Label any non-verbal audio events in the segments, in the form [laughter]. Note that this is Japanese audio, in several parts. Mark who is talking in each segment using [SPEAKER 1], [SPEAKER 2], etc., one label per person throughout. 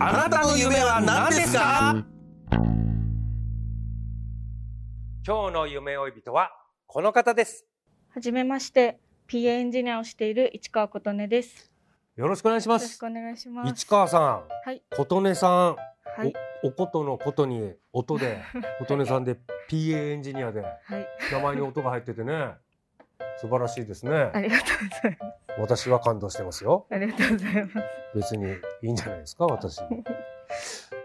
[SPEAKER 1] あなたの夢は何ですか
[SPEAKER 2] 今日の夢追い人はこの方です。
[SPEAKER 3] はじめまして、PA エンジニアをしている市川琴音です。
[SPEAKER 2] よろしくお願いし
[SPEAKER 3] よ
[SPEAKER 2] ま
[SPEAKER 3] ろし
[SPEAKER 2] す
[SPEAKER 3] く。お願いします。
[SPEAKER 2] 市川さん、
[SPEAKER 3] はい、
[SPEAKER 2] 琴音さん、
[SPEAKER 3] はい、
[SPEAKER 2] おことのことに音
[SPEAKER 3] [laughs]
[SPEAKER 2] で、琴音さんで PA エンジニアで
[SPEAKER 3] はい、
[SPEAKER 2] 名前に音が入っててね、素晴らしいですね
[SPEAKER 3] あ。りがとう [laughs] ございます。
[SPEAKER 2] 私は感動してますよ。
[SPEAKER 3] ありがとうございます。
[SPEAKER 2] 別にいいんじゃないですか、私。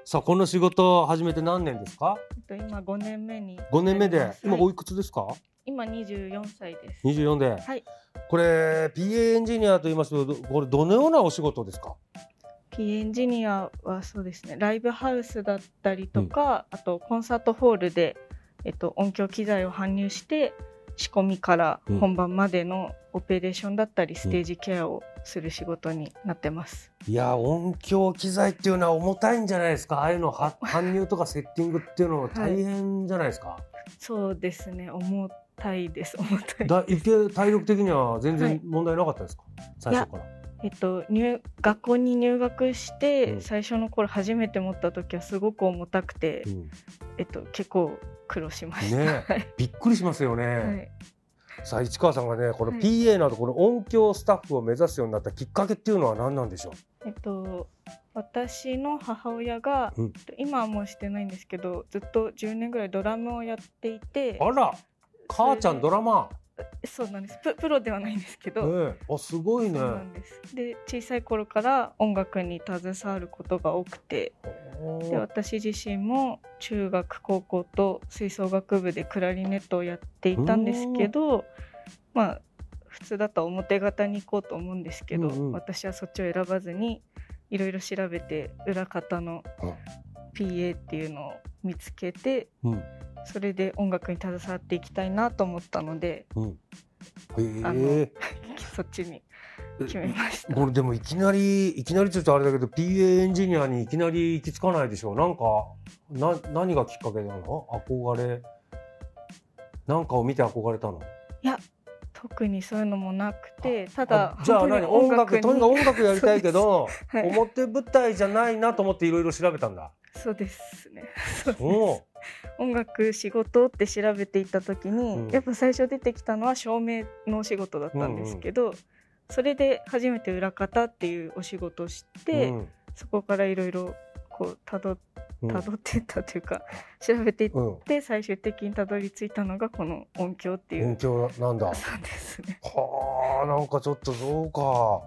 [SPEAKER 2] さあ、この仕事を始めて何年ですか。
[SPEAKER 3] えっと今5年目に。
[SPEAKER 2] 五年目で、今お
[SPEAKER 3] はい
[SPEAKER 2] くつですか。
[SPEAKER 3] 今24歳です。
[SPEAKER 2] 二十四で。
[SPEAKER 3] はい、
[SPEAKER 2] これ、PA エンジニアと言いますけど、これどのようなお仕事ですか。
[SPEAKER 3] PA エンジニアはそうですね、ライブハウスだったりとか、あとコンサートホールで、えっと、音響機材を搬入して、仕込みから
[SPEAKER 2] うん
[SPEAKER 3] 本番までのオペレーションだったり、ステージケアをする仕事になってます。
[SPEAKER 2] いや、音響機材っていうのは重たいんじゃないですか。ああいうのは、搬入とかセッティングっていうのは大変じゃないですか。
[SPEAKER 3] そうですね、重たいです、重たい。
[SPEAKER 2] だ、いけ、体力的には全
[SPEAKER 3] は
[SPEAKER 2] 然
[SPEAKER 3] い
[SPEAKER 2] 問題なかったですか。最初から。
[SPEAKER 3] えっと、入学校に入学し
[SPEAKER 2] うん
[SPEAKER 3] て最初の頃初めて持った時はすごく重たくて、
[SPEAKER 2] うんね
[SPEAKER 3] えっと、結構苦労しました。 [laughs] はい
[SPEAKER 2] え、びっくりしますよね。
[SPEAKER 3] はい
[SPEAKER 2] さあ市川さんがねこの
[SPEAKER 3] はい
[SPEAKER 2] PA などこの音響スタッフを目指すようになったきっかけっていうのは何なんでしょ
[SPEAKER 3] えっと、私の母親が、
[SPEAKER 2] うん
[SPEAKER 3] えっと今はもうしてないんですけどずっと10年ぐらいドラムをやっていて
[SPEAKER 2] うあら母ちゃんドラマ
[SPEAKER 3] そうなんですププロではないんですけど、
[SPEAKER 2] ー、ねえ、あすごいね
[SPEAKER 3] そうなんですで小さい頃から音楽に携わることが多くてで
[SPEAKER 2] おー
[SPEAKER 3] 私自身も中学高校と吹奏楽部でクラリネットをやっていたんですけどまあ普通だと表方に行こうと思うんですけど、
[SPEAKER 2] うんうん
[SPEAKER 3] 私はそっちを選ばずにいろいろ調べて裏方の
[SPEAKER 2] うん
[SPEAKER 3] PA っていうのを見つけて
[SPEAKER 2] うん
[SPEAKER 3] それで音楽に携わっていきたいなと思ったのであの
[SPEAKER 2] へえ
[SPEAKER 3] そっちに決めました。
[SPEAKER 2] これ [laughs] でもいきなりいきなりちょっとあれだけど PA エンジニアにいきなり行き着かないでしょなんかな何がきっかけなの憧れなんかを見て憧れたの
[SPEAKER 3] いや特にそういうのもなくてただ
[SPEAKER 2] あじゃあ何音楽とにかく音楽やりたいけ、ど、
[SPEAKER 3] はい
[SPEAKER 2] 表舞台じゃないなと思っていろいろ調べたんだ
[SPEAKER 3] そうですね。そうです
[SPEAKER 2] おお
[SPEAKER 3] 音楽仕事って調べていった時に、
[SPEAKER 2] うん
[SPEAKER 3] やっぱ最初出てきたのは照明のお仕事だったんですけど、それで初めて裏方っていうお仕事を知って、
[SPEAKER 2] うん
[SPEAKER 3] そこからいろいろこうたど
[SPEAKER 2] うん
[SPEAKER 3] たどっていったというか、 [laughs] 調べていっ
[SPEAKER 2] うん、
[SPEAKER 3] て最終的にたどり着いたのがこの音響っていう、
[SPEAKER 2] 音響なんだ。
[SPEAKER 3] そうですね。
[SPEAKER 2] はあ、なんかちょっとそうか。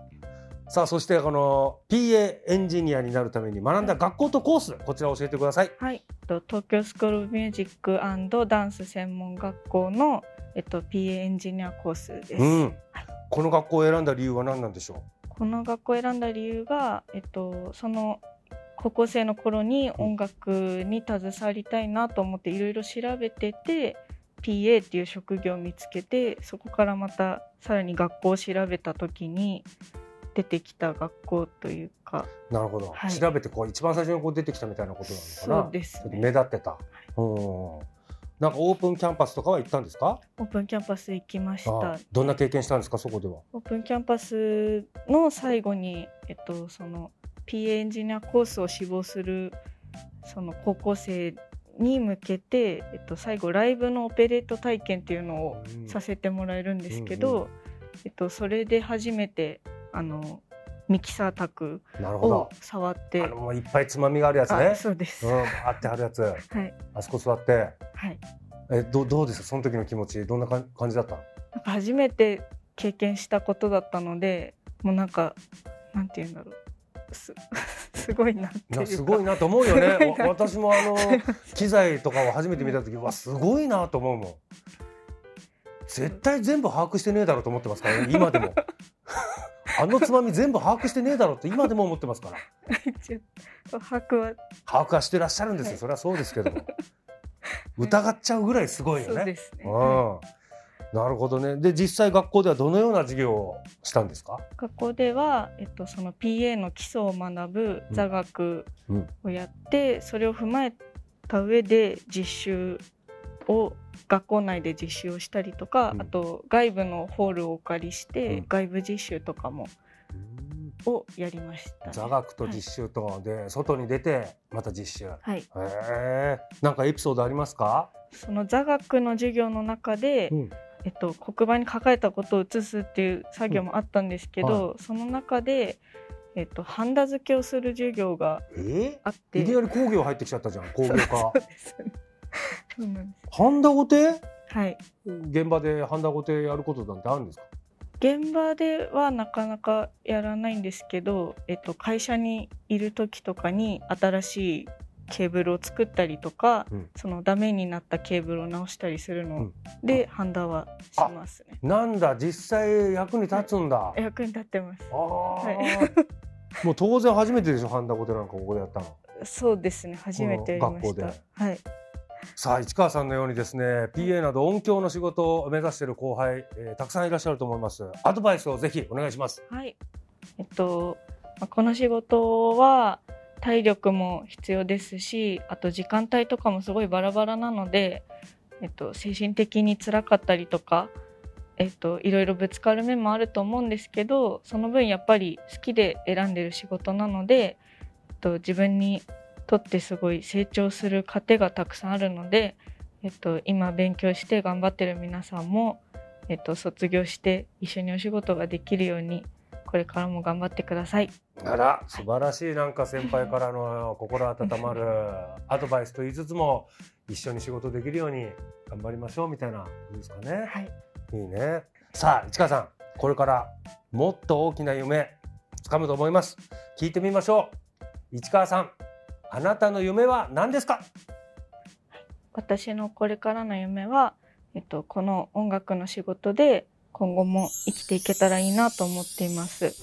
[SPEAKER 2] さあ、そしてこの PA エンジニアになるために学んだ学校とコース、こちら教えてください。
[SPEAKER 3] はい、と東京スクールミュージックダンス専門学校の、えっと、PA エンジニアコースです。
[SPEAKER 2] うん。この学校を選んだ理由は何なんでしょ
[SPEAKER 3] この学校を選んだ理由が、えっと、その高校生の頃に音楽に携わりたいなと思っていろいろ調べてて PA っていう職業を見つけてそこからまたさらに学校を調べた時に出てきた学校というか
[SPEAKER 2] う。なるほど。
[SPEAKER 3] はい
[SPEAKER 2] 調べてこう一番最初にこう出てきたみたいなことなのかな。
[SPEAKER 3] そうです
[SPEAKER 2] 目
[SPEAKER 3] ね
[SPEAKER 2] 立ってた。うん。なんかオープンキャンパスとかは行ったんですか。
[SPEAKER 3] オープンキャンパス行きまし
[SPEAKER 2] あ
[SPEAKER 3] た
[SPEAKER 2] あどんな経験したんですかそこでは。
[SPEAKER 3] オープンキャンパスの最後に、えっと、その PA エンジニアコースを志望するその高校生に向けて、えっと、最後ライブのオペレート体験っていうのを
[SPEAKER 2] うん
[SPEAKER 3] させてもらえるんですけ
[SPEAKER 2] うん
[SPEAKER 3] ど、えっと、それで初めてあのミキサー卓
[SPEAKER 2] なるほ
[SPEAKER 3] を
[SPEAKER 2] ど。
[SPEAKER 3] 触っ
[SPEAKER 2] あ
[SPEAKER 3] て
[SPEAKER 2] のもういっぱいつまみがあるやつね
[SPEAKER 3] あ。そうです、
[SPEAKER 2] うん
[SPEAKER 3] は、
[SPEAKER 2] あってあるやつ。
[SPEAKER 3] い
[SPEAKER 2] あそこ座って。
[SPEAKER 3] はい
[SPEAKER 2] え、どうどうですか。その時の気持ち、どんなかん感じだったの。
[SPEAKER 3] なんか初めて経験したことだったのでもうなんかなんて言うんだろうす [laughs] すごいなっていう
[SPEAKER 2] い
[SPEAKER 3] か
[SPEAKER 2] やすごいなと思うよ
[SPEAKER 3] [laughs]
[SPEAKER 2] ね
[SPEAKER 3] すごい。な
[SPEAKER 2] わ私も
[SPEAKER 3] [laughs]
[SPEAKER 2] あの機材とかを初めて見た時、わすごいなと思うもん。絶対全部把握してねえだろうと思ってます
[SPEAKER 3] [laughs]
[SPEAKER 2] から、ね、今でも。あのつまみ全部把握してねえだろうって今でも思ってますから。
[SPEAKER 3] ちょっと把握は
[SPEAKER 2] 把握はしてらっしゃるんですよ。それはそうですけども。疑っちゃうぐらいすごいよ
[SPEAKER 3] そう
[SPEAKER 2] ね
[SPEAKER 3] で。すね、
[SPEAKER 2] うん。なるほどね。で実際学校ではどのような授業をしたんですか。
[SPEAKER 3] 学校では、えっと、その PA の基礎を学ぶ座学
[SPEAKER 2] うん
[SPEAKER 3] をやって、それを踏まえた上で実習を学校内で実習をしたりとか、
[SPEAKER 2] うん
[SPEAKER 3] あと外部のホールをお借りして、
[SPEAKER 2] うん
[SPEAKER 3] 外部実習とかもをやりました、
[SPEAKER 2] 座学と実習とで外に出てまた実習。
[SPEAKER 3] はい、
[SPEAKER 2] へえ。なんかエピソードありますか？
[SPEAKER 3] その座学の授業の中で、
[SPEAKER 2] うん
[SPEAKER 3] えっと、黒板に書かれたことを写すっていう作業もあったんですけど、その中で、えっと、ハンダ付けをする授業が
[SPEAKER 2] え
[SPEAKER 3] あっ
[SPEAKER 2] え
[SPEAKER 3] て
[SPEAKER 2] いきなり工業入ってきちゃったじ
[SPEAKER 3] [laughs]
[SPEAKER 2] ゃん工業科
[SPEAKER 3] そうですねそうなんで
[SPEAKER 2] ハンダゴテ
[SPEAKER 3] すはい
[SPEAKER 2] 現場でハンダゴテやることなんてあるんですか
[SPEAKER 3] 現場ではなかなかやらないんですけど、えっと、会社にいる時とかに新しいケーブルを作ったりとか、
[SPEAKER 2] うん
[SPEAKER 3] そのダメになったケーブルを直したりするの、
[SPEAKER 2] うん
[SPEAKER 3] でハンダはしますね
[SPEAKER 2] なんだ実際役に立つんだ、あ
[SPEAKER 3] 役に立ってます
[SPEAKER 2] あー、もう当然初めてでしょハンダゴテなんかここでやったの
[SPEAKER 3] そうですね初めてやりまし
[SPEAKER 2] この
[SPEAKER 3] た
[SPEAKER 2] 学校
[SPEAKER 3] はい
[SPEAKER 2] さあ市川さんのようにですね PA など音響の仕事を目指している後輩、えーたくさんいらっしゃると思いますアドバイスをぜひお願いします
[SPEAKER 3] はい。えっと、まあこの仕事は体力も必要ですし、あと時間帯とかもすごいバラバラなので、えっと、精神的に辛かったりとか、えっと、いろいろぶつかる面もあると思うんですけど、その分やっぱり好きで選んでる仕事なので、えっと、自分にとってすごい成長する糧がたくさんあるので、えっと、今勉強して頑張ってる皆さんも、えっと、卒業して一緒にお仕事ができるようにこれからも頑張ってください。
[SPEAKER 2] あら素晴らしいなんか先輩からの心温まるアドバイスと言いつつも一緒に仕事できるように頑張りましょうみたいなことですかね、
[SPEAKER 3] はい、
[SPEAKER 2] いいね。さあ、市川さん、これからもっと大きな夢、掴むと思います。聞いてみましょう。市川さん、あなたの夢は何ですか
[SPEAKER 3] 私のこれからの夢は、えっと、この音楽の仕事で今後も生きていけたらいいなと思っています。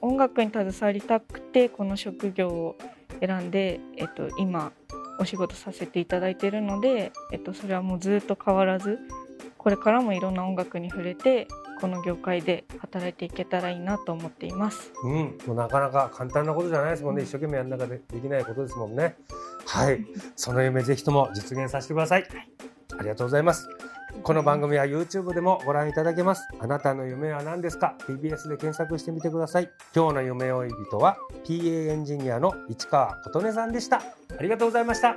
[SPEAKER 3] 音楽に携わりたくてこの職業を選んで、えっと、今お仕事させていただいているので、えっと、それはもうずっと変わらずこれからもいろんな音楽に触れてこの業界で働いていけたらいいなと思っています。
[SPEAKER 2] うん、もうなかなか簡単なことじゃないですもんね。一生懸命やんなかでできないことですもんね。はい、その夢ぜひとも実現させてください。ありがとうございます。この番組は YouTube でもご覧いただけます。あなたの夢は何ですか ?TBS で検索してみてください。今日の夢追い人は PA エンジニアの市川琴音さんでした。ありがとうございました。